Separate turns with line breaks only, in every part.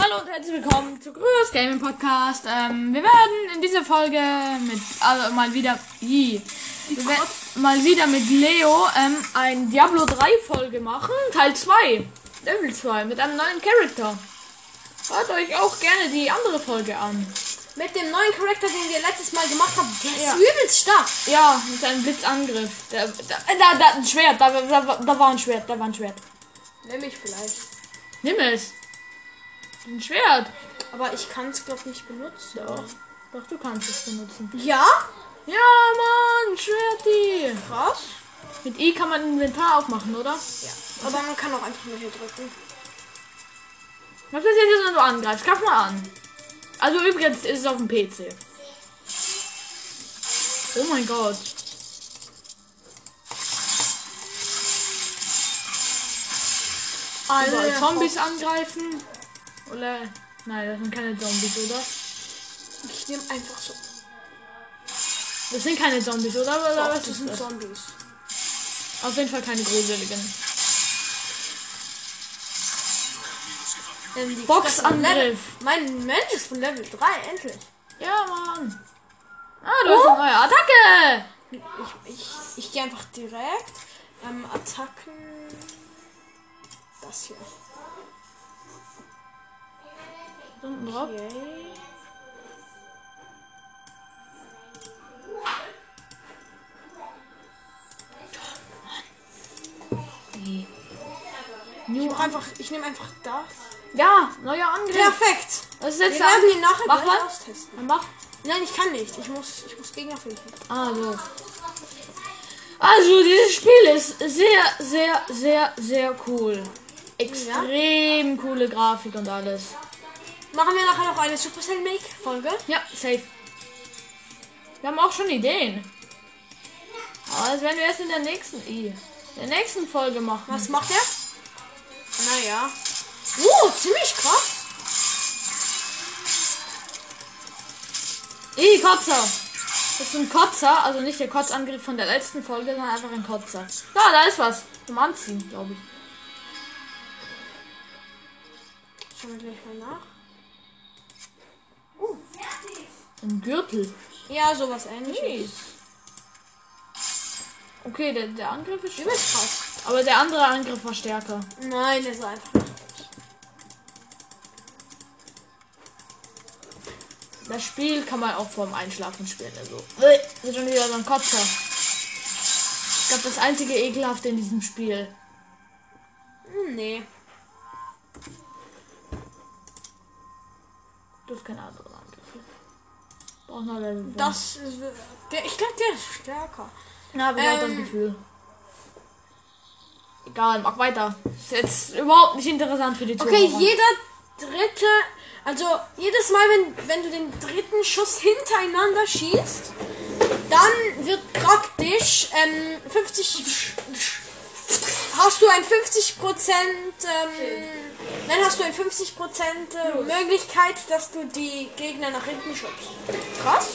Hallo und herzlich willkommen zu Grüß Gaming Podcast. Ähm, wir werden in dieser Folge mit, also mal wieder, Ih. wir werden mal wieder mit Leo ähm, ein Diablo 3 Folge machen, Teil 2, Level 2, mit einem neuen Charakter. Hört euch auch gerne die andere Folge an.
Mit dem neuen Charakter, den wir letztes Mal gemacht haben, der ist
Ja.
übelst stark.
Ja, mit einem Blitzangriff. Da, da, da, da ein Schwert, da, da, da war ein Schwert, da war ein Schwert.
Nämlich vielleicht.
Nimm es. Ein Schwert.
Aber ich kann es, glaube ich, nicht benutzen.
Doch, du kannst es benutzen.
Ja?
Ja, Mann, Schwerti.
Krass.
Mit I kann man Inventar aufmachen, oder? Was
Ja. Aber man kann auch einfach nur hier drücken.
passiert jetzt, wenn du angreifst? Greif mal an. Also übrigens ist es auf dem PC. Oh mein Gott. Überall Zombies angreifen. Oder. Nein, das sind keine Zombies, oder?
Ich nehme einfach so.
Das sind keine Zombies, oder? oder
Doch,
was
das
ist
sind
das?
Zombies.
Auf jeden Fall keine gruseligen.
Ähm, die
Boxangriff.
Level- Mein Mensch ist von Level 3, endlich.
Ja, Mann. Ah,
Oh.
du hast eine neue Attacke.
Ich, ich, ich gehe einfach direkt. Ähm, Attacken. Das hier.
Unten drauf.
Yay.
New
Mach einfach, ich nehme einfach das.
ja, neuer Angriff.
Perfekt.
Das ist
Wir
jetzt der
werden
Angriff.
ihn nachher
Mach
gleich
mal.
austesten.
Mach.
Nein, ich kann nicht. Ich muss, ich muss Gegner finden.
Ah, so. Also, dieses Spiel ist sehr, sehr, sehr, sehr cool. Extrem coole Grafik und alles.
Machen wir nachher noch eine Supercell Make-Folge.
Ja, safe. Wir haben auch schon Ideen. Aber das werden wir erst in der nächsten, I, der nächsten Folge machen.
Was macht er? Naja. Oh, ziemlich krass.
I, Kotzer. Das ist ein Kotzer, also nicht der Kotzangriff von der letzten Folge, sondern einfach ein Kotzer. Ja, da ist was. Zum Anziehen, glaube ich.
Schauen wir gleich mal nach.
Ein Gürtel.
Ja, sowas ähnliches.
Okay, der, der Angriff ist schön.
Übelst krass.
Aber der andere Angriff war stärker.
Nein, der ist einfach.
Das Spiel kann man auch vorm Einschlafen spielen. Also. Äh, Das ist schon wieder so ein Kotzer. Ich glaube, das einzige Ekelhafte in diesem Spiel.
Hm, nee.
Das ist kein anderer Angriff. Braucht noch Level fünf.
Das ist. äh, Der, ich glaube, der ist stärker.
Na, hab ich auch das
Ähm.
Gefühl. Egal, mach weiter. Ist jetzt überhaupt nicht interessant für die Zuhörer.
Okay, jeder dritte. Also jedes Mal, wenn, wenn du den dritten Schuss hintereinander schießt, dann wird praktisch ähm, 50. Hast du ein 50 Prozent. Ähm, dann hast du ein 50 Prozent äh, Möglichkeit, dass du die Gegner nach hinten schubst. Krass.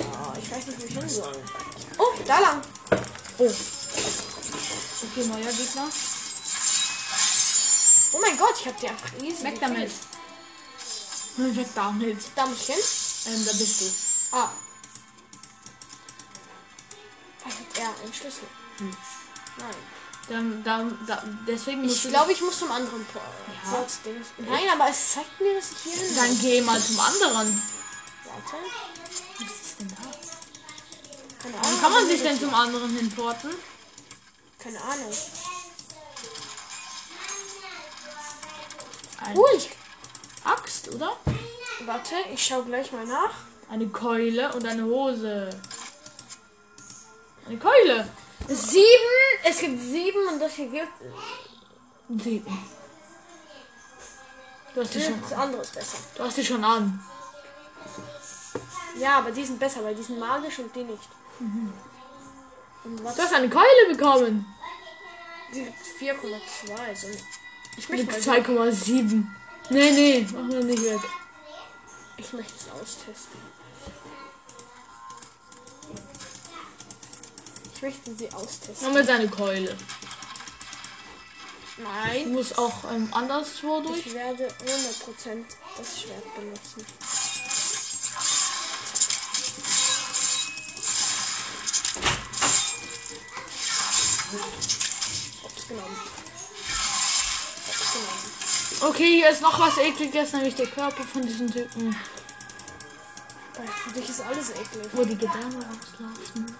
Oh, ich weiß nicht, wo ich hin soll. Oh, da lang.
Oh. Okay, neuer Gegner.
Oh mein Gott, ich hab die einfach easy.
Weg damit. Weg damit.
Da muss ich hin.
Ähm, da bist du.
Ah. Vielleicht hat er einen Schlüssel.
Hm.
Nein.
Dann, dann, da, deswegen musst
Ich
du.
glaube, ich muss zum anderen Port. Nein, aber es zeigt mir, dass ich hier hin
Dann geh mal zum anderen.
Warte.
Was ist denn da?
Keine
Wann
Ahnung.
kann man sich denn zum anderen hinporten?
Keine Ahnung.
Eine
Cool. Ich,
Axt, oder?
warte, ich schau gleich mal nach.
Eine Keule und eine Hose. Eine Keule.
Sieben. Es gibt sieben und das hier gibt
Sieben. Du hast die schon,
das andere ist besser.
du hast die schon an.
Ja, aber die sind besser, weil die sind magisch und die nicht. Und
Du
was?
hast eine Keule bekommen.
Die gibt 4,2. So. Ich
Mit
möchte mal
2,7. Nee, nee, mach mir nicht weg.
Ich möchte es austesten. Ich möchte sie austesten.
Mach mir seine Keule. Du
Nein.
musst auch ähm, anderswo durch.
Ich werde 100% das Schwert benutzen. Hab's genommen. Hab's genommen.
Okay, hier ist noch was ekliges, nämlich der Körper von diesem Typen,
Bei- Für dich ist alles eklig.
wo die Gedärme rauslaufen.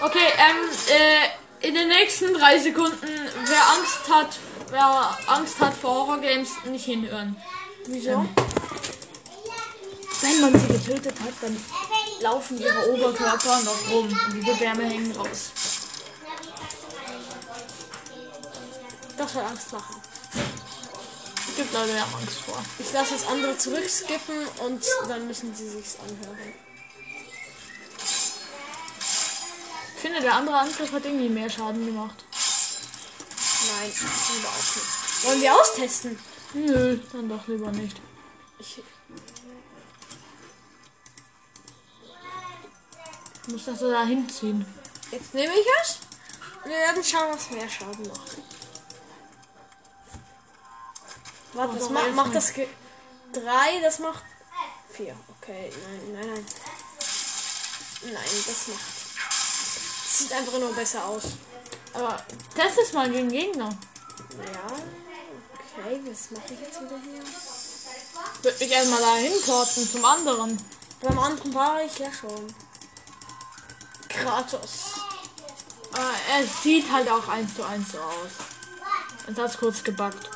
Okay, ähm, äh, in den nächsten drei Sekunden, wer Angst hat, wer Angst hat vor Horrorgames, nicht hinhören.
Wieso?
Wenn man sie getötet hat, dann laufen ihre Oberkörper noch rum und die Gedärme hängen raus.
Das soll Angst machen.
Es gibt Leute, die haben Angst vor.
Ich lasse das andere zurückskippen und dann müssen sie sich's anhören.
Ich finde, der andere Angriff hat irgendwie mehr Schaden gemacht.
Nein, wollen wir auch nicht. Wollen wir austesten?
Nö, dann doch lieber nicht.
Ich,
Ich muss das da hinziehen.
jetzt nehme ich es. Wir werden schauen, was mehr Schaden macht. Warte, das
doch,
macht,
elf
macht
nicht.
das Ge drei, das macht vier. Okay, nein, nein, nein. Nein, das macht. Das sieht einfach nur besser aus.
Aber test es mal gegen Gegner.
Ja, okay, was mache ich jetzt wieder hier?
Würde mich erstmal da hinporten zum anderen.
Beim anderen war ich ja schon. Kratos.
Aber Ah, er sieht halt auch eins zu eins so aus. Und das kurz gebackt.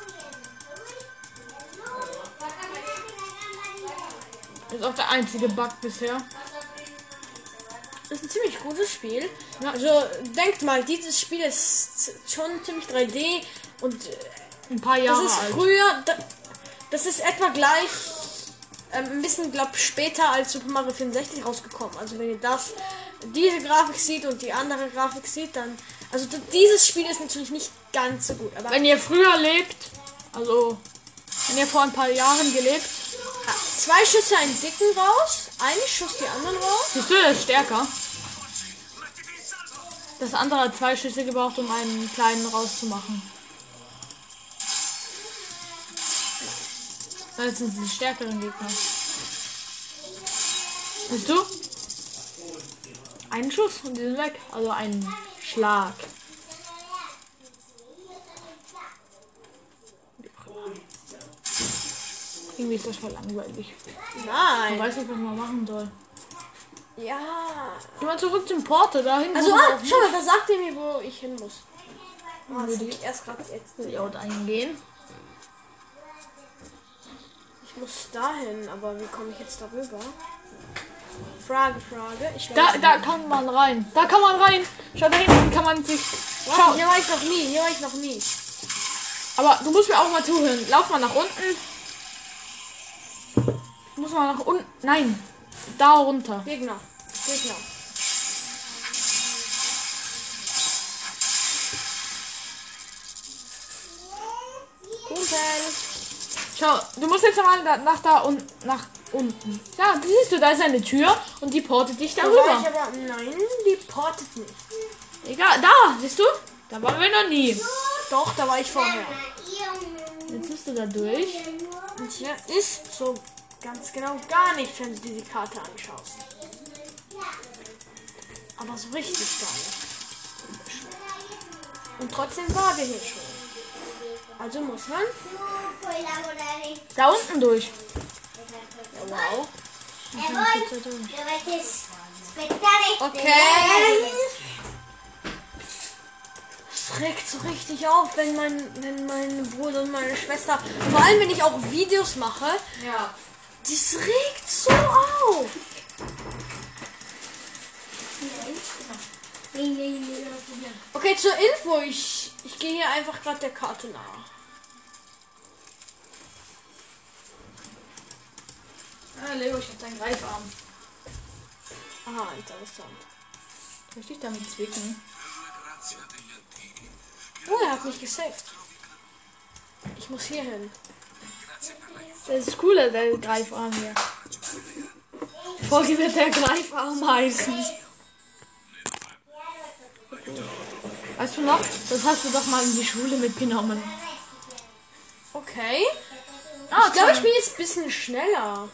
Ist auch der einzige Bug bisher.
Ist ein ziemlich gutes Spiel.
Ja.
Also denkt mal, dieses Spiel ist schon ziemlich 3D und äh,
Ein paar
das
Jahre
ist
alt.
früher, da- das ist etwa gleich, ähm, ein bisschen glaub später als Super Mario 64 rausgekommen. Also wenn ihr das, diese Grafik sieht und die andere Grafik sieht, dann, also d- dieses Spiel ist natürlich nicht ganz so gut, aber
Wenn ihr früher lebt, also wenn ihr vor ein paar Jahren gelebt,
zwei Schüsse einen dicken raus, einen Schuss die anderen raus.
siehst du, der ist stärker. Das andere hat zwei Schüsse gebraucht, um einen kleinen rauszumachen. Das sind die stärkeren Gegner. Siehst du? Einen Schuss und die sind weg. Also einen Schlag. Irgendwie ist das voll langweilig. Ich
Nein.
weiß nicht, was man machen soll.
Ja.
Geh mal zurück zum Porter, da hinten.
Also,
wo man
ah,
auf
schau mal, da sagt er mir, wo ich hin muss. Ah, das
Würde
hab ich erst gerade jetzt.
den Layout eingehen.
Ich muss dahin, aber wie komme ich jetzt darüber? Frage, Frage. Ich weiß
Da,
nicht.
da kann man rein. Da kann man rein. Schau, da hinten kann man sich.
Warte,
Schau,
hier war ich noch nie, hier war ich noch nie.
aber du musst mir auch mal zuhören. Lauf mal nach unten. Du musst mal nach unten. Nein. Da runter.
Gegner, Gegner. Kumpel.
Schau, du musst jetzt mal da, nach da und nach unten. Ja, das siehst du, da ist eine Tür und die portet dich
Da war ich
darüber.
aber, nein, die portet nicht.
Egal, da, siehst du? Da waren wir noch nie.
Doch, da war ich vorher.
Jetzt bist du da durch.
Und hier ist so ganz genau gar nichts, wenn du dir die Karte anschaust. Aber so richtig gar nicht. Und trotzdem war wir hier schon. Also muss man.
Da unten durch.
Wow.
Okay.
Es regt so richtig auf, wenn mein, wenn mein Bruder und meine Schwester, vor allem wenn ich auch Videos mache,
Ja.
das regt so auf. Okay, zur Info, ich, ich gehe hier einfach gerade der Karte nach.
Ah, Leo, ich hab deinen Greifarm.
Aha, interessant.
Soll ich dich damit zwicken?
Oh, er hat mich gesaved. Ich muss hier hin.
Das ist cooler, der Greifarm hier. Die Folge wird der Greifarm heißen. Weißt du noch? Das hast du doch mal in die Schule mitgenommen.
Okay.
Ah,
Ich glaube, ich bin jetzt ein bisschen schneller.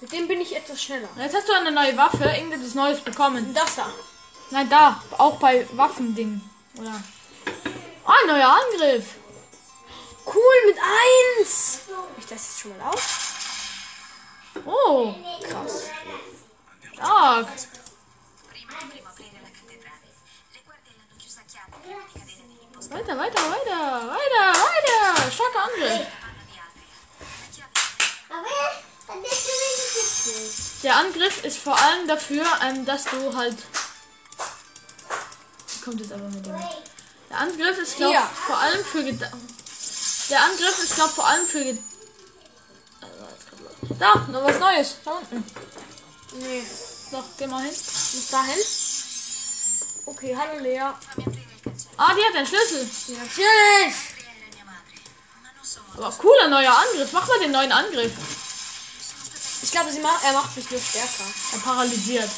Mit dem bin ich etwas schneller.
Jetzt hast du eine neue Waffe, irgendetwas Neues bekommen.
Das da.
Nein, da, auch bei Waffending. Oder? Ah, neuer Angriff.
Cool, mit 1. Ich das jetzt schon mal auf.
Oh,
Krass.
stark.
Prima, dovremo aprire la cattedrale. Le guardie l'hanno chiusa a chiave prima di cadere nell'impostata
Weiter, weiter, weiter, weiter, weiter. Starker Angriff.
panna di alberi. La chiave
Aber adesso vedi che c'è.
Der Angriff ist vor allem dafür, ähm, dass du halt. Wie Kommt jetzt aber mit dem. Der Angriff ist glaub,
Ja.
vor allem für Geda Der Angriff ist glaub vor allem für Ge Also, jetzt kommt was. Da, noch was Neues. Da unten.
Nee.
Doch, geh mal hin.
Bis dahin. Okay, hallo Lea.
fammi aprire il cancello.
Ah, die hat einen Schlüssel.
Natürlich.
Lei era mia madre, ma non sono.
Aber cooler neuer Angriff. Mach mal den neuen Angriff.
Ich glaube, sie macht, er macht mich nur stärker.
Er paralysiert.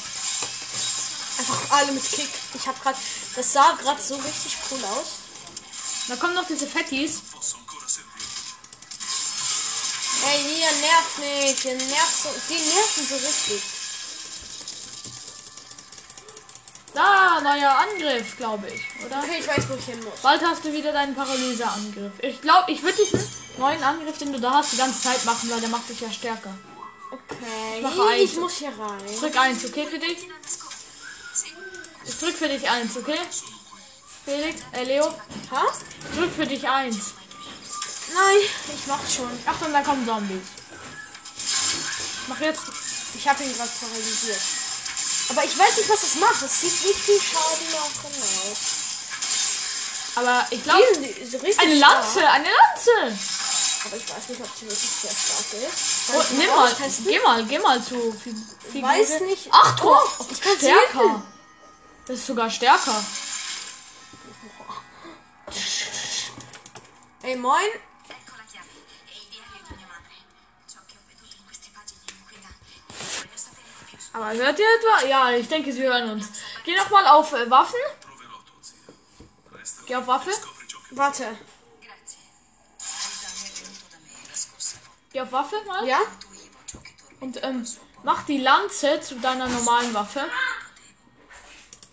Einfach alle mit Kick. Ich habe gerade, das sah gerade so richtig cool aus.
Da kommen noch diese Fettis.
Ey, ihr nervt mich. Ihr nervt so, die nerven so richtig.
Da, neuer Angriff, glaube ich, oder?
Okay, ich weiß, wo ich hin muss.
Bald hast du wieder deinen Paralyseangriff. Ich glaube, ich würde diesen neuen Angriff, den du da hast, die ganze Zeit machen, weil der macht dich ja stärker.
Okay.
mache eins.
Ich muss hier rein.
Drück eins, okay für dich?
Ti non nascondi. Sì,
Ich drück für dich eins, okay? Felix, äh Leo,
Ha?
ich drück für dich eins.
Nein, ich mach's schon.
Achtung, da kommen Zombies. Mach jetzt.
Ich habe ihn gerade paralysiert. Aber ich weiß nicht, was das macht. Das sieht richtig schade nach aus.
Aber ich glaube.
Die ist richtig
Eine
stark.
Lanze, eine Lanze!
Aber ich weiß nicht, ob sie wirklich sehr stark ist.
Oh,
Soll ich
nimm
mal
mal,
austesten?
geh mal, geh mal zu. Fi- Figur.
Weiß nicht.
Ach, Tor!
Oh, ich kann
Stärker! Das ist sogar stärker.
Ey, moin.
ecco la chiave. E il diario di mia madre. Ciò che ho veduto in queste pagine mi inquieta. e Voglio sapere di più.
Aber Ah, hört ihr etwa? Ja, ich denke, sie hören uns. Geh nochmal auf äh, Waffen. Geh auf Waffe.
Warte.
Grazie. Aidan è venuto da me la scorsa notte.
Geh auf Waffe mal.
Ja?
Intuivo ciò che dormivo.
Und ähm, mach die Lanze zu deiner normalen Waffe.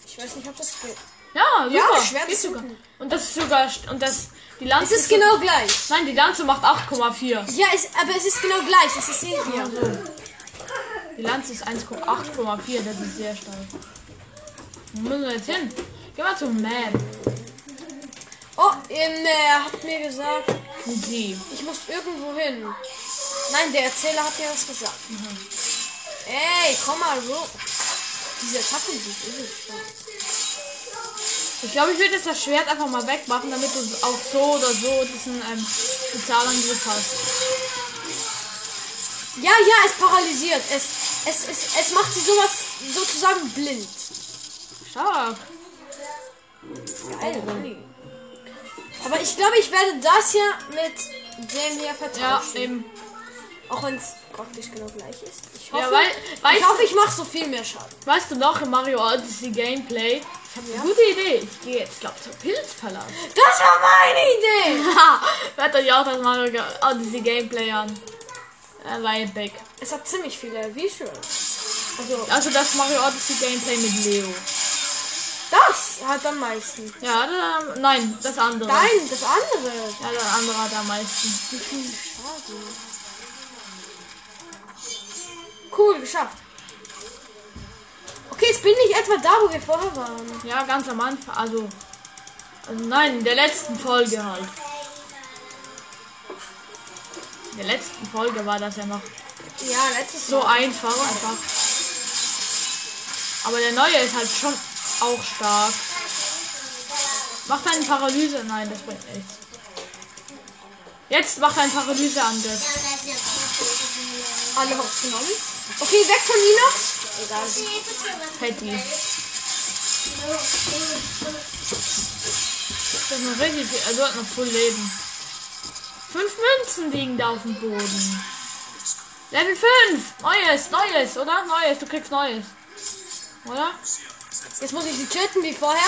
Ich weiß nicht, ob das geht.
Ja, super.
Ja, schwer
Geht
zu
sogar.
suchen.
Und das ist sogar. st- Und das. Die Lanze.
Es ist
so-
genau gleich.
Nein, die Lanze macht 8,4.
Ja, es, aber es ist genau gleich. Das ist eh hier.
Die Lanze ist 1,8,4. Das ist sehr stark. Wo müssen wir jetzt hin? Geh mal zum Man.
Oh, ähm, er hat mir gesagt,
Sie.
ich muss irgendwo hin. Nein, der Erzähler hat mir was gesagt. Ey, komm mal so. Diese Attacken sind übelst stark.
Ich glaube, ich würde jetzt das Schwert einfach mal wegmachen, damit du auch so oder so diesen ähm, Spezialangriff hast.
Ja, ja, es paralysiert. Es, es, es, es macht sie sowas sozusagen blind.
Stark.
Geil. Aber ich glaube, ich werde das hier mit dem hier
Ja,
vertauschen.
eben.
Auch wenn es gottlich genau gleich ist. Ich
Ja,
hoffe,
weil- weißt
ich, hoffe, ich mache so viel mehr Schaden.
Weißt du noch im Mario Odyssey Gameplay? Ich habe eine gute Idee. Ich gehe jetzt, glaube ich, zum Pilzpalast.
Das war meine Idee!
Ha! Hört euch auch das Mario Ge- Odyssey Gameplay an. Äh, war epic.
Es hat ziemlich viele Visuals. Also,
Also das Mario Odyssey Gameplay mit Leo.
das hat am meisten.
Ja, da, nein, das andere.
Nein, das andere.
Ja, das andere hat am meisten.
Cool, geschafft. Okay, jetzt bin ich etwa da, wo wir vorher waren.
Ja, ganz am Anfang. Also, also nein, in der letzten Folge halt. In der letzten Folge war das ja noch
Ja, letztes
so einfach, einfach. Aber der neue ist halt schon auch stark. Mach deine Paralyse. Nein, das bringt nichts. Jetzt mach deinen Paralyseangriff.
Alle hochgenommen. Okay, weg von Linux. Egal.
Patty. Das ist noch richtig viel. Also hat noch voll Leben. Fünf Münzen liegen da auf dem Boden. Level 5. Neues, neues, oder? Neues, du kriegst neues. Oder?
Jetzt muss ich sie töten wie vorher.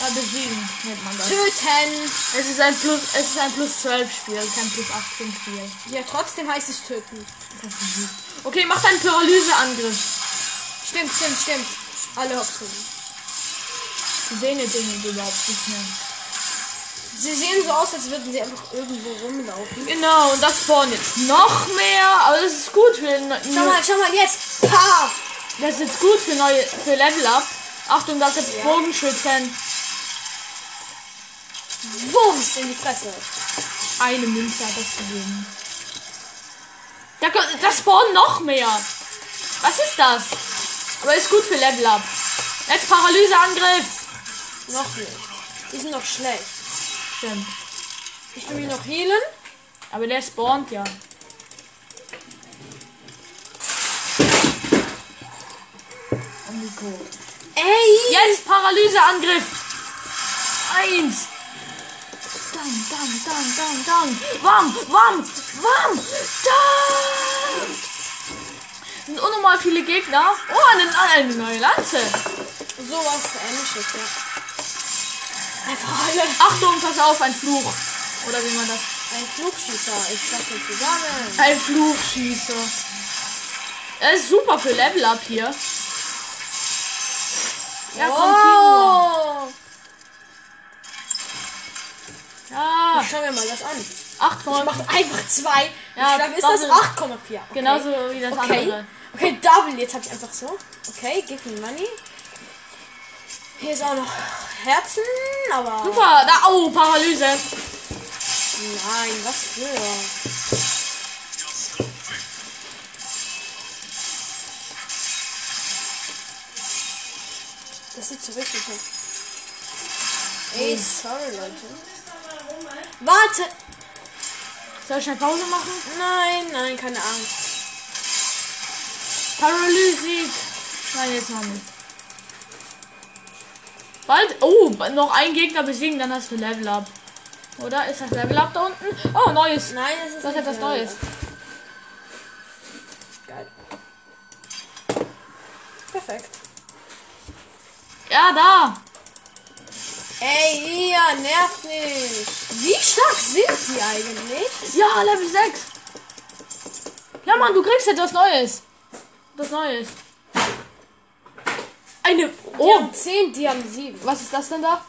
Ja, besiegen nennt man das.
Töten.
Es ist ein Plus, es ist ein Plus 12 Spiel, kein Plus 18 Spiel.
Ja, trotzdem heißt es töten.
Okay, mach deinen Paralyseangriff.
Stimmt, stimmt, stimmt. Alle Hopfen.
Sie sehen jetzt irgendwie überhaupt nicht mehr.
Sie sehen so aus, als würden sie einfach irgendwo rumlaufen.
Genau, und das vorne jetzt noch mehr, aber das ist gut für
Schau mal, schau mal, jetzt. Pa!
das ist jetzt gut für neue für Level up. Achtung, da gibt's Bogenschützen.
Wumms in die Fresse.
Eine Münze hat das gegeben. Da kommt, das spawnen noch mehr. Was ist das? Aber ist gut für Level up. Jetzt Paralyseangriff.
Noch nicht. Die sind noch schlecht.
Stimmt.
Ich will ihn noch healen.
Aber der spawnt ja. Oh, Nico.
Ey!
Jetzt Paralyseangriff. Eins. Dam, dam, dam, dam, dam. Wam, wam, wam. Dam. Sind unnormal viele Gegner. Oh, eine, eine neue Lanze.
Sowas ähnliches, ja.
Einfach alle. Achtung, pass auf, ein Fluch. Oder wie man das.
Ein Flugschießer. Ich sag nicht zusammen.
Ein Fluchschießer. Er ist super für Level Up hier. Ja, kommt
Oh!
hier. Ja,
Ich schau mir Ah, mal das an.
acht
Ich mach einfach zwei.
Ja,
Ja, dann ist Genau das
Double.
8,4. Okay.
Genauso wie das
Okay.
andere.
Okay, Double. Jetzt hab ich einfach so. Okay, give me money. Hier ist auch noch Herzen, aber.
Super, da, au, Paralyse.
Nein, was für. Das sieht so richtig aus. Ey,
Hm.
sorry, Leute. Warte!
Soll ich eine Pause machen?
Nein, nein, keine Angst.
Paralyse. Nein, jetzt noch nicht. Bald, oh, noch ein Gegner besiegen, dann hast du Level Up. Oder ist das Level Up da unten? Oh, neues.
Nein, das ist
Das ist
nicht
etwas
mehr-
Neues.
Geil. Perfekt.
Ja, da.
Ey, ihr nervt nicht. Wie stark sind die eigentlich?
Ja, Level 6. Ja, Mann, du kriegst etwas Neues. Das Neues. Eine.
Die
Oh,
haben 10, die haben 7.
was ist das denn da?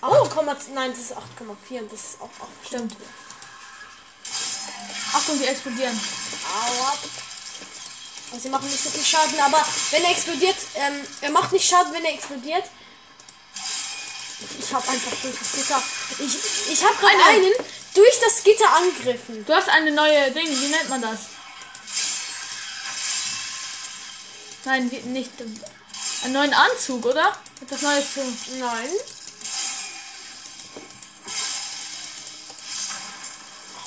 8, nein, das ist 8,4 und das ist auch 8.
Stimmt. Achtung, die explodieren.
Aua. Und sie machen nicht so viel Schaden, aber wenn er explodiert, ähm, er macht nicht Schaden, wenn er explodiert. Ich habe einfach durch das Gitter. Ich, ich habe gerade
Einer.
einen durch das Gitter angegriffen.
Du hast eine neue Ding, wie nennt man das? Nein, wie- nicht. ähm, Einen neuen Anzug, oder? Etwas Neues zu.
Nein.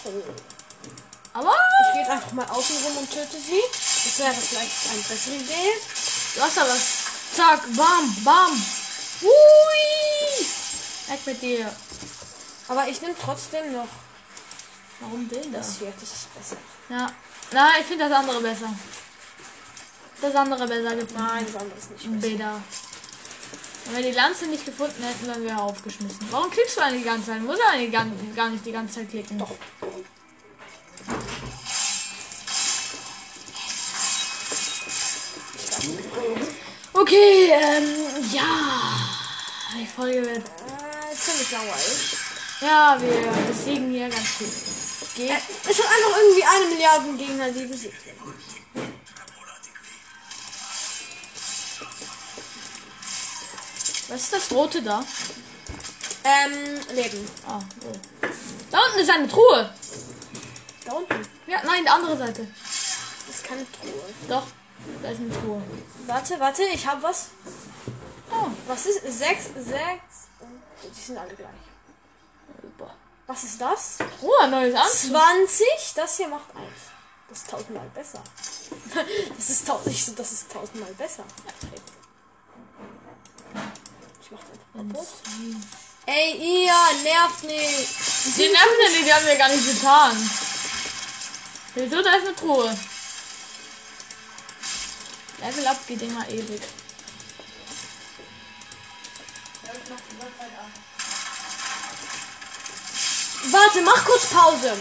Oh.
Aber
Ich gehe einfach mal außen rum und töte sie. Das wäre vielleicht eine bessere Idee.
du hast da was. Zack, bam, bam. Hui! Weg mit dir.
Aber ich nehme trotzdem noch
Warum den das?
das hier. Das ist besser.
Ja. Na, ich finde das andere besser. Das andere besser gibt
Nein, das andere ist nicht besser.
Beda. Wenn wir die Lanze nicht gefunden hätten, dann wäre er aufgeschmissen. Warum klickst du eine die ganze Zeit? Muss er eine gar, gar nicht die ganze Zeit klicken?
Doch.
Okay, ähm, ja. Die Folge wird.
Äh, ziemlich langweilig.
Ja, wir besiegen hier ganz viel.
Äh, es hat einfach irgendwie eine Milliarde Gegner, die besiegt werden.
Was ist das Rote da?
Ähm, Leben.
Ah, oh. Da unten ist eine Truhe.
Da unten
Ja, nein, die andere Seite.
ist keine Truhe.
Doch, da ist eine Truhe.
Warte, warte, ich hab was.
Oh,
Was ist? Sechs, sechs. und- Die sind alle gleich.
super.
Was ist das?
Truhe, neues Anzug.
20. Das hier macht eins. Das ist tausendmal besser. Das ist tausend. Ich so, das ist tausendmal besser. Ich mach das einfach kaputt. Ey, ihr nervt nicht.
Die nerven ja die haben wir gar nicht getan. Wieso? Da ist eine Truhe. Level up geht immer ewig.
Warte, mach kurz Pause.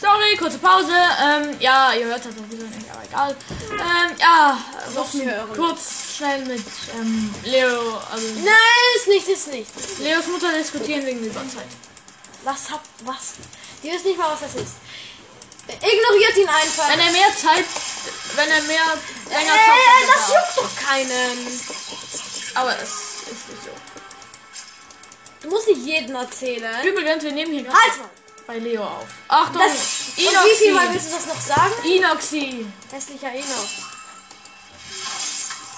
Sorry, kurze Pause. Ähm, ja, ihr hört das sowieso nicht, aber egal. Ähm, ja,
Doch, wir hören.
kurz schnell mit ähm, Leo, also
Nein, ist nicht, ist nicht.
Leos Mutter diskutieren wegen der Sonntag.
Was hat, was? Die wissen nicht mal, was das ist. Ignoriert ihn einfach.
Wenn er mehr Zeit, wenn er mehr länger
äh,
zockt,
das
dann
juckt doch keinen.
ja. aber es ist nicht so.
Du musst nicht jeden erzählen.
Übrigens, wir nehmen hier gerade
Halt mal.
bei Leo auf. Achtung,
Das, und wie viel Mal
Inoxi.
willst du das noch sagen?
Inoxi.
Hässlicher Enoch.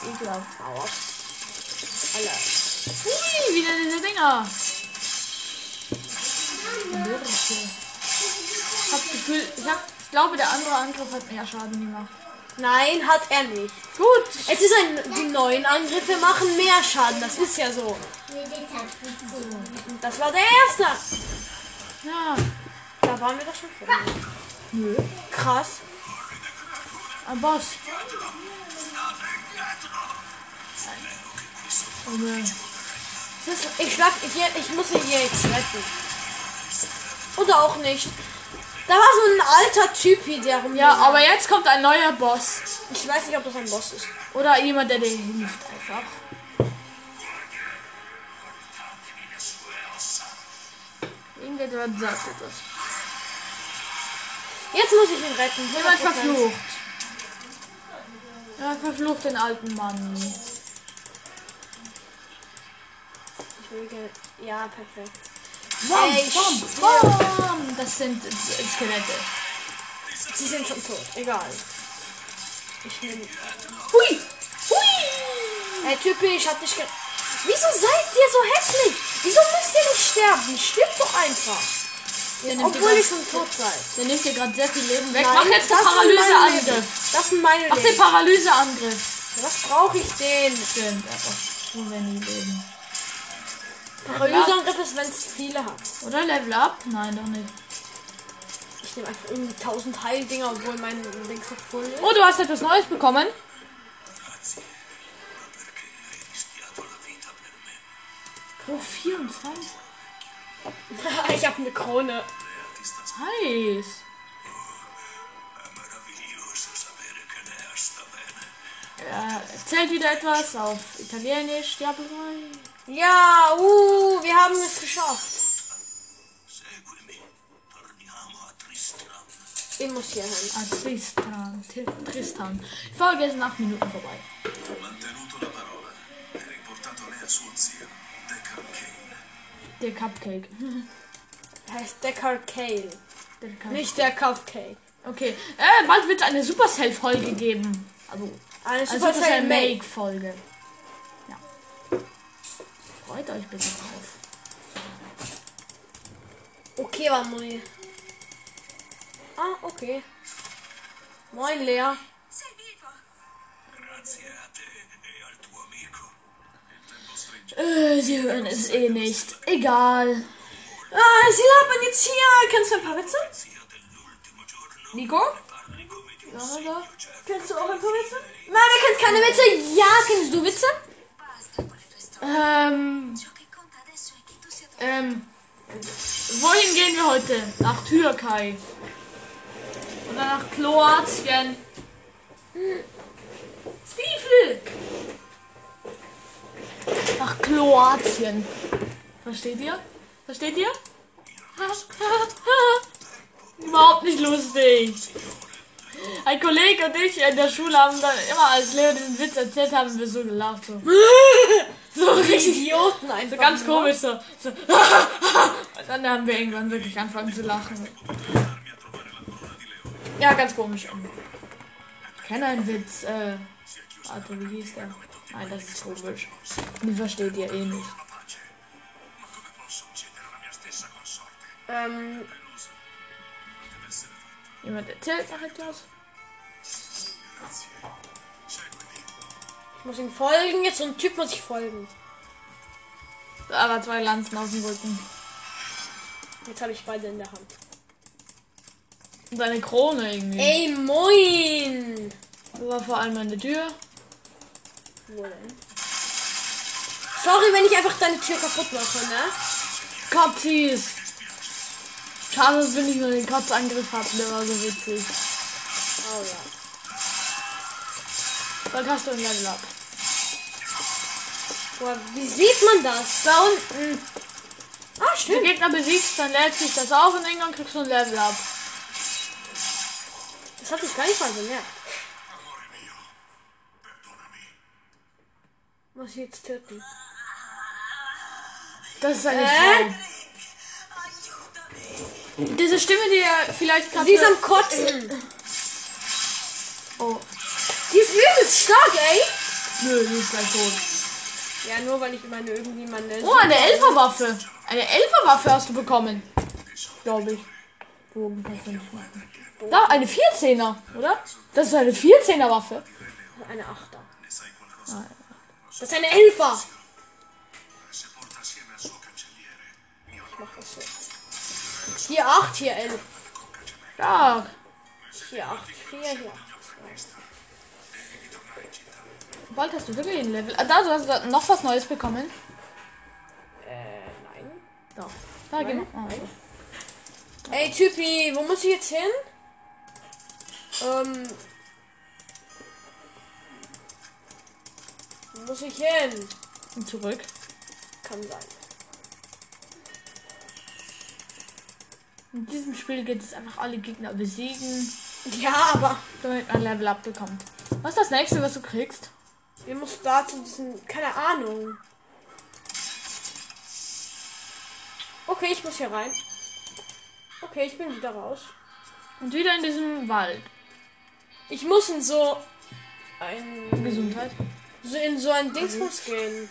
Ekelhaft.
Alter.
Ui, wieder diese Dinger. Ich hab Gefühl, ich, hab, ich glaube, der andere Angriff hat mehr Schaden gemacht.
Nein, hat er nicht.
Gut.
Es ist ein, die neuen Angriffe machen mehr Schaden. Das ist ja so.
Nee, das hat funktioniert.
Und das war der erste.
Ja,
Da waren wir doch schon vor.
Nö.
Krass.
ein Boss. Oh ne.
Das, ich schlag, ich, ich muss ihn hier jetzt retten. Oder auch nicht. Da war so ein alter Typ, hier, der rum.
Ja, aber jetzt kommt ein neuer Boss.
ich weiß nicht, ob das ein Boss ist.
Oder jemand, der dir hilft einfach. Irgendjemand sagt etwas.
Jetzt muss ich ihn retten.
Jemand
100%.
verflucht. Ja, verflucht den alten Mann.
Ich will ge- Ja, perfekt.
Bam,
Ey,
bam, bam. Das sind S- Skelette.
Sie sind schon tot. Egal. Ich nehme.
Hui!
Ey, typisch, hat nicht ge. Wieso seid ihr so hässlich? Wieso müsst ihr nicht sterben? Stirbt doch einfach.
Der nimmt
Obwohl
dir
ihr
grad-
schon tot seid.
der nimmt dir gerade sehr viel Leben weg.
Nein,
Mach jetzt den
das sind meine
Paralyseangriff.
Leben. Das sind meine
Mach den
Leben.
Paralyseangriff. Oh,
Was brauche ich denn?
Stimmt, er braucht so wenig Leben.
Paralyseangriff ist, wenn es viele hat.
Oder Level Up? Nein, doch nicht.
Ich nehme einfach irgendwie 1000 Heildinger, obwohl mein Dings noch voll ist.
Oh, du hast etwas Neues bekommen. Pro 24.
ich habe eine Krone.
Nice.
Meraviglioso sapere che lei ha sta bene.
Ja, es zählt wieder etwas auf Italienisch, Diablo 3.
Ja, uh, wir haben es geschafft.
Seguimi, torniamo a Tristram.
Ich muss hier hin.
Ah, Tristan. T- Tristan. Die Folge ist in 8 Minuten vorbei.
Ho mantenuto la parola e riportato lei a suo zio, Decker Kane.
Der Cupcake. Hm,
Er heißt Decker Kale.
Der Cup
Nicht der Cupcake.
Okay. Äh, bald wird eine Supercell-Folge geben. Also,
Eine
eine
Supercell Make.
Supercell-Make-Folge. Ja. Freut euch bitte drauf.
Okay, war Moni. Ah, okay. Moin, Lea.
Sei vivo!
Grazie a te e al tuo amico. Il tempo stringe.
Äh, sie hören es eh nicht. Egal.
Ah, sie labern jetzt hier. Kennst du ein paar Witze?
Zio dell'ultimo giorno
Nico?
parli come di un certo,
Oder?
Kennst du auch ein paar Witze? Nein, er kennt keine Witze. Ja, kennst du Witze?
Basta con le tue storie.
Ähm,
Ciò che conta adesso è che tu sia tornato.
ähm. Wohin gehen wir heute? Nach Türkei. Oder nach Kroatien. Hm. Stiefel! Nach Kroatien. Versteht ihr? Versteht ihr? Überhaupt nicht lustig. Ein Kollege und ich in der Schule haben dann immer, als Leo diesen Witz erzählt haben, wir so gelacht. So, so richtig
Idioten einfach.
so ganz komisch so. so und dann haben wir irgendwann wirklich angefangen zu lachen. Ja, ganz komisch. Ich kenne einen Witz. Äh, warte, wie hieß der? Nein, das ist komisch. Die versteht ihr eh nicht.
Ma come posso uccidere la mia stessa consorte?
Ähm,
Deluso. Non
Jemand
deve essere fatto.
erzählt halt noch etwas?
Grazie. Seguimi.
ich muss ihm folgen. Jetzt so ein Typ muss ich folgen.
Aber zwei Lanzen auf dem Rücken.
Jetzt habe ich beide in der Hand.
Und eine Krone irgendwie.
Ey, moin!
Da war vor allem eine Tür.
Wo denn? Sorry, wenn ich einfach deine Tür kaputt mache, ne?
Katzis. Schade, dass wir nicht nur den Katzangriff hatten, der war so witzig.
Oh ja.
Dann hast du ein Level Up.
Boah, wie sieht man das? Da unten. Ah,
Wenn
stimmt.
du Gegner besiegst, dann lädt sich das auf und irgendwann kriegst du ein Level Up.
Das hatte ich gar nicht mal bemerkt.
Amore mio, perdonami.
Muss ich jetzt töten?
Das ist eine
Äh?
Frau. Diese Stimme, die ihr vielleicht gerade
Sie ist
hört-
am Kotzen.
Oh,
Die ist übelst stark, ey.
nö, die ist gleich tot.
Ja, nur weil ich meine irgendwie meine.
Oh, eine Elferwaffe. Eine Elferwaffe hast du bekommen. Glaube ich. Bogen kannst du nicht machen. Da, eine 14er, oder? Das ist eine 14er Waffe.
Eine Achter.
Ne sai qualcosa?
Das ist eine Elfer.
Se porta assieme al suo cancelliere, mio nonno
Hier 8, hier 11.
Ja,
Hier 8, 4, hier.
Festa, devi tornare in città.
bald hast du wirklich ein Level. Ah, da, du hast da noch was Neues bekommen.
Äh, nein.
Da. Da, genau. Ah, so.
Ey, Typi, wo muss ich jetzt hin? Ähm. Wo muss ich hin?
Und zurück.
Kann sein.
In diesem Spiel geht es einfach alle Gegner besiegen,
Ja, aber
damit man Level Up bekommt. Was ist das nächste, was du kriegst?
wir müssen da zu diesen. Keine Ahnung. Okay, ich muss hier rein. Okay, ich bin wieder raus.
Und wieder in diesem Wald.
Ich muss in so. Ein.
Gesundheit. Mhm.
So in so ein Dingsbus gehen.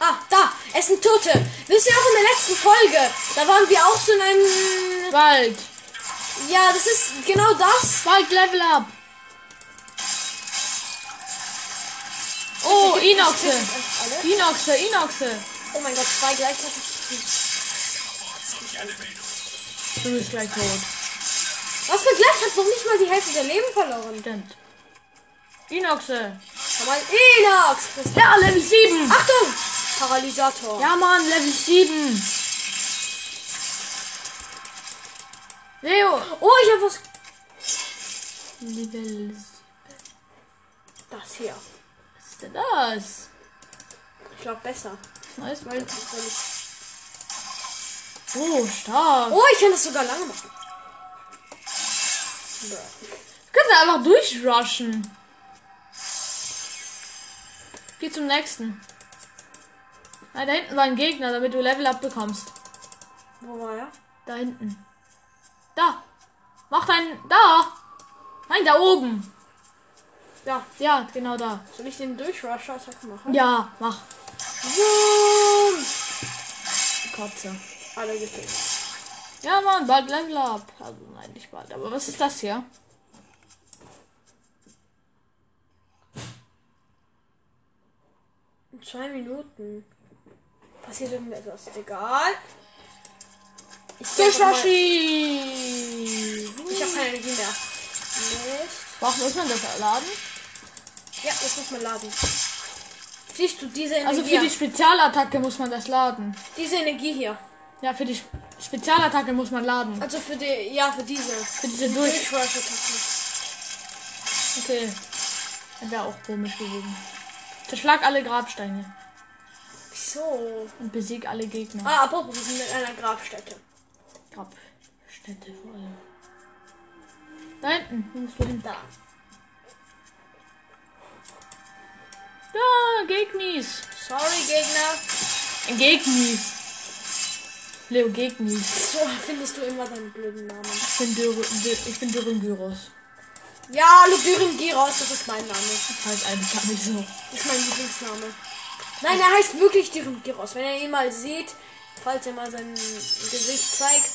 Ah, da! Es sind Tote! Wisst ihr auch in der letzten Folge? Da waren wir auch so in einem.
Wald.
Ja, das ist genau das.
Wald Level Up. Oh, Inoxe.
Alle?
Inoxe, Inoxe.
Oh mein Gott, zwei gleichzeitig.
Du bist gleich tot.
Was für gleich hat noch nicht mal die Hälfte der Leben verloren.
Stimmt. Inoxe.
Aber Inox!
Ja, Level 7.
Achtung! Paralysator.
Ja, Mann, Level 7. Leo.
Oh, ich hab was.
Level.
Das hier.
Was ist denn das?
Ich glaub besser.
Was Neues
Weil, weil
Wald.
ich...
Oh, stark.
Oh, ich kann das sogar lange machen. Bruh.
Kannst du einfach durchrushen. Geh zum nächsten. Nein, da hinten war ein Gegner, damit du Level up bekommst.
Wo war er?
Da hinten. Da. Mach deinen. Da. Nein, da oben.
Ja,
Ja, genau da.
soll ich den durch Rusher Attack machen?
Ja, mach.
Boom!
Kotze.
Alle getötet.
Ja, Mann, bald Level up. Also, nein, nicht bald. Aber was ist das hier?
In zwei Minuten passiert irgendetwas. Egal. Ich geh einfach mal-
Durchrushi.
Ich habe keine Energie mehr. Mist.
Warum muss man das laden?
Ja, das muss man laden. Siehst du diese Energie?
Also, für die Spezialattacke muss man das laden.
diese Energie hier.
Ja, für die Sp- Spezialattacke muss man laden.
Also für die, ja, für diese.
Für diese durch.
Durch Rusher Attack.
Okay. Das wäre auch komisch gewesen. Zerschlag alle Grabsteine
So.
und besieg alle Gegner.
Ah, apropos, wir sind in einer Grabstätte.
Grabstätte vor allem. Da hinten, wo musst du hin?
Da.
Da, Gegnis.
Sorry, Gegner.
Gegnis. Leo Gegnis.
So findest du immer deinen blöden Namen.
Ich bin Dürr- Dürr- ich bin Dürrengyros.
Ja, Ludyrin Giros, das ist mein Name.
Das heißt eigentlich gar nicht so.
Das ist mein Lieblingsname. Nein, er heißt wirklich Dyrin Giros. Wenn ihr ihn mal seht, falls er mal sein Gesicht zeigt,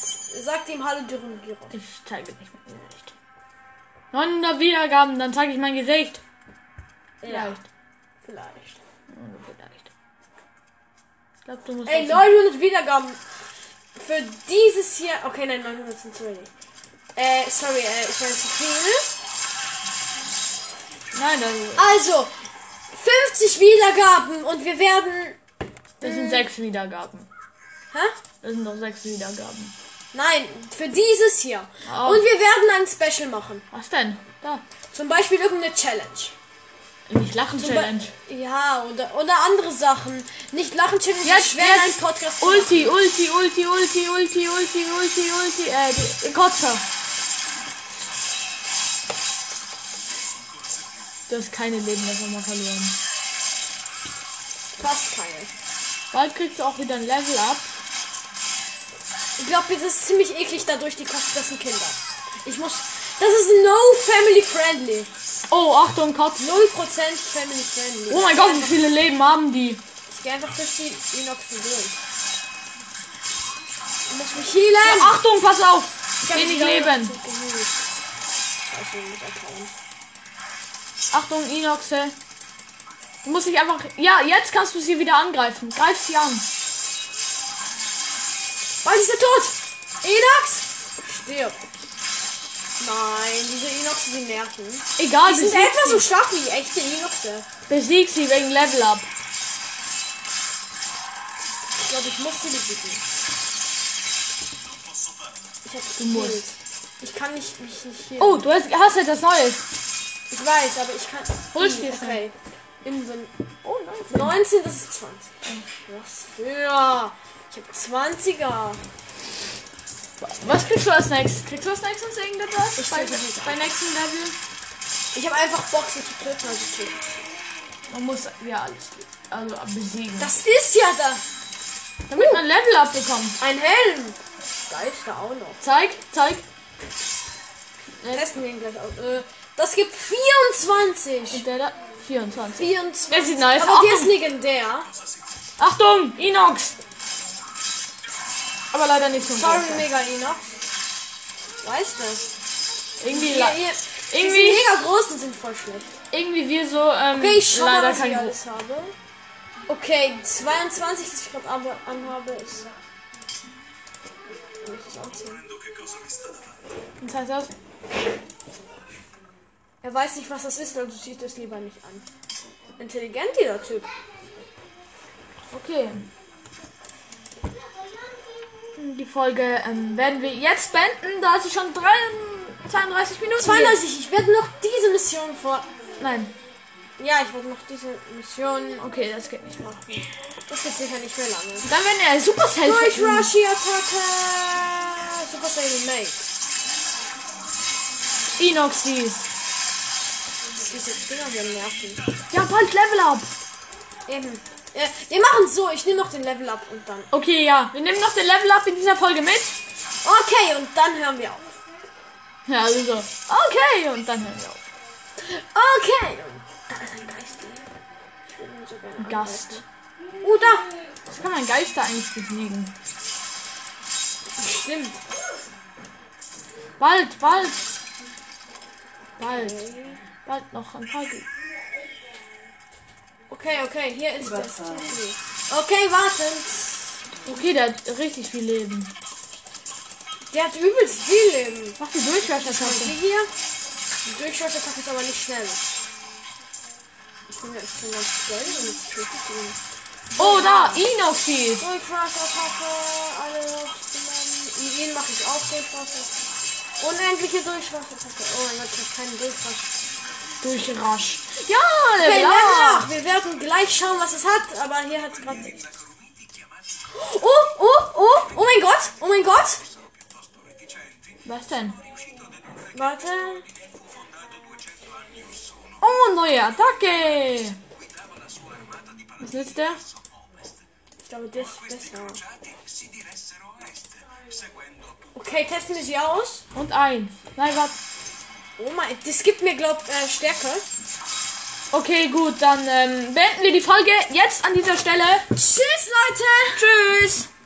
sagt ihm Hallo Dyrin Giros.
Ich zeige nicht mein Gesicht. 900 Wiedergaben, dann zeige ich mein Gesicht. Vielleicht.
Vielleicht.
Nur Vielleicht. Ich glaube, du musst.
Ey,
das-
900 Wiedergaben. Für dieses hier. Okay, nein, 900 sind zu wenig. Äh, sorry, äh, ich meine zu viel.
Nein, das,
Also, 50 Wiedergaben und wir werden.
das sind sechs Wiedergaben.
Hä?
Das sind doch sechs Wiedergaben.
Nein, für dieses hier.
Oh.
Und wir werden ein Special machen.
Was denn? Da.
Zum Beispiel irgendeine Challenge.
Nicht lachen Challenge.
Ja, oder, oder andere Sachen. Nicht lachen, Challenge.
Jetzt,
ist schwer in
jetzt.
einem Podcast. zu machen.
Ulti, Ulti, Ulti, Ulti, Ulti, Ulti, Ulti, Ulti, äh, die- die Kotze. Du hast keine Leben mehr von mir verloren.
Fast keine.
Bald kriegst du auch wieder ein Level up.
Ich glaube, das ist ziemlich eklig dadurch, die kotzen Kinder. Ich muss. Das ist no family friendly.
Oh, Achtung, Kotze.
0% family friendly.
Oh mein Gott, wie viele Leben haben die?
Ich geh einfach durch die Inoxen durch. Ich muss mich healen.
Achtung, pass auf.
Ich hab
Wenig
mich
Leben.
geholt. Scheiße, ich muss abhauen.
Achtung, Inoxe. Du musst dich einfach... Ja, jetzt kannst du sie wieder angreifen. Greif sie an.
Bald ist er tot. Inox. Stirb. Nein, diese Inoxe, die nerven.
Egal,
Die sind
besieg
etwa
sie.
so stark wie die echte Inoxe.
Besieg sie wegen Level Up.
Ich glaube, ich muss sie besiegen. Ich hab
Du musst.
Ich kann nicht, mich nicht hier.
Oh, du hast, hast etwas Neues.
Ich weiß, aber ich kann.
Holst dir
Okay. Inven oh, 19. 19, das ist 20. Was für. Ich hab 20er.
Was kriegst du als nächstes? Kriegst du als nächstes irgendetwas?
Ich
bei,
krieg nichts.
bei nächsten Level?
Ich hab einfach Boxen zu töten, also zu töten.
Man muss ja alles also besiegen.
Das ist ja Uh. da.
Damit man Level Up bekommt.
Ein Helm. Geil, ist da auch noch.
Zeig, zeig.
Wir testen den gleich aus. Äh, Das gibt 24.
Und der da. 24.
24.
Der sieht nice
Aber
aus.
der ist legendär.
Achtung, Inox! Aber leider nicht so
Sorry, Mega Inox. Weißt du?
Irgendwie,
Ja,
la-
ihr,
Irgendwie-
Diese mega großen sind voll schlecht.
irgendwie wir so, ähm,
Okay, ich schau mal,
leider
was
kein
ich
Gro-
alles habe. Okay, 22, das ich gerade anhabe, anhabe, ist... Kann ich das anziehen?
Vedendo che cosa mi sta davanti.
Das heißt das?
Er weiß nicht, was das ist, also zieht es lieber nicht an. Intelligent, dieser Typ.
Okay. Die Folge ähm, werden wir jetzt beenden, da sie schon 3, 32 Minuten.
92, ich werde noch diese Mission vor...
geht. Nein.
Ja, ich werde noch diese Mission...
Okay, das geht nicht mehr.
Das geht sicher nicht mehr lange.
Dann werden wir Supercell
Durch
finden.
Rushy-Attacke! Super Saiyan Make.
Inox dies.
Diese Dinger werden nerven.
Ja, bald Level Up.
Eben. Äh, wir machen so, ich nehme noch den Level up und dann...
Okay, ja. Wir nehmen noch den Level Up in dieser Folge mit.
Okay, und dann hören wir auf.
Ja, also so. Okay, und dann hören wir auf.
Okay. Da ist ein Geist. Ich würde ihn so gerne
Gast.
angreifen. Oh, da.
Das kann man Geister eigentlich besiegen.
Stimmt.
Bald, bald. Bald. Bald noch ein paar. Ge-
Okay, okay, hier ist das. Okay, warten.
Okay, der hat richtig viel Leben.
Der hat übelst viel Leben.
Mach die Durchwärtsattacke.
Die hier. Die Durchschnittsattacke ist aber nicht schnell. Ich bin ja ich bin ganz geil und ich töte ihn.
Oh, da, Inoxis.
Durchschnittsattacke, alle genommen. Mit ihnen mache ich auch Durchschnittsattacke. Unendliche Durchschnittsattacke. Oh mein Gott, ich habe keinen Durchschnitt.
Durchrasch. Ja,
Okay,
Level
Level
Up.
up. Wir werden gleich schauen, was es hat, aber hier hat es gerade nichts. Oh, oh, oh, oh mein Gott, oh mein Gott.
Was denn?
Warte.
Oh, neue Attacke. Was nützt der?
Ich glaube, das ist besser.
Si diressero a est, seguendo
Okay, testen wir sie aus.
Und eins. Nein, was?
Oh mein, das gibt mir, glaub, äh, Stärke.
Okay, gut, dann ähm, beenden wir die Folge jetzt an dieser Stelle.
Tschüss, Leute.
Tschüss.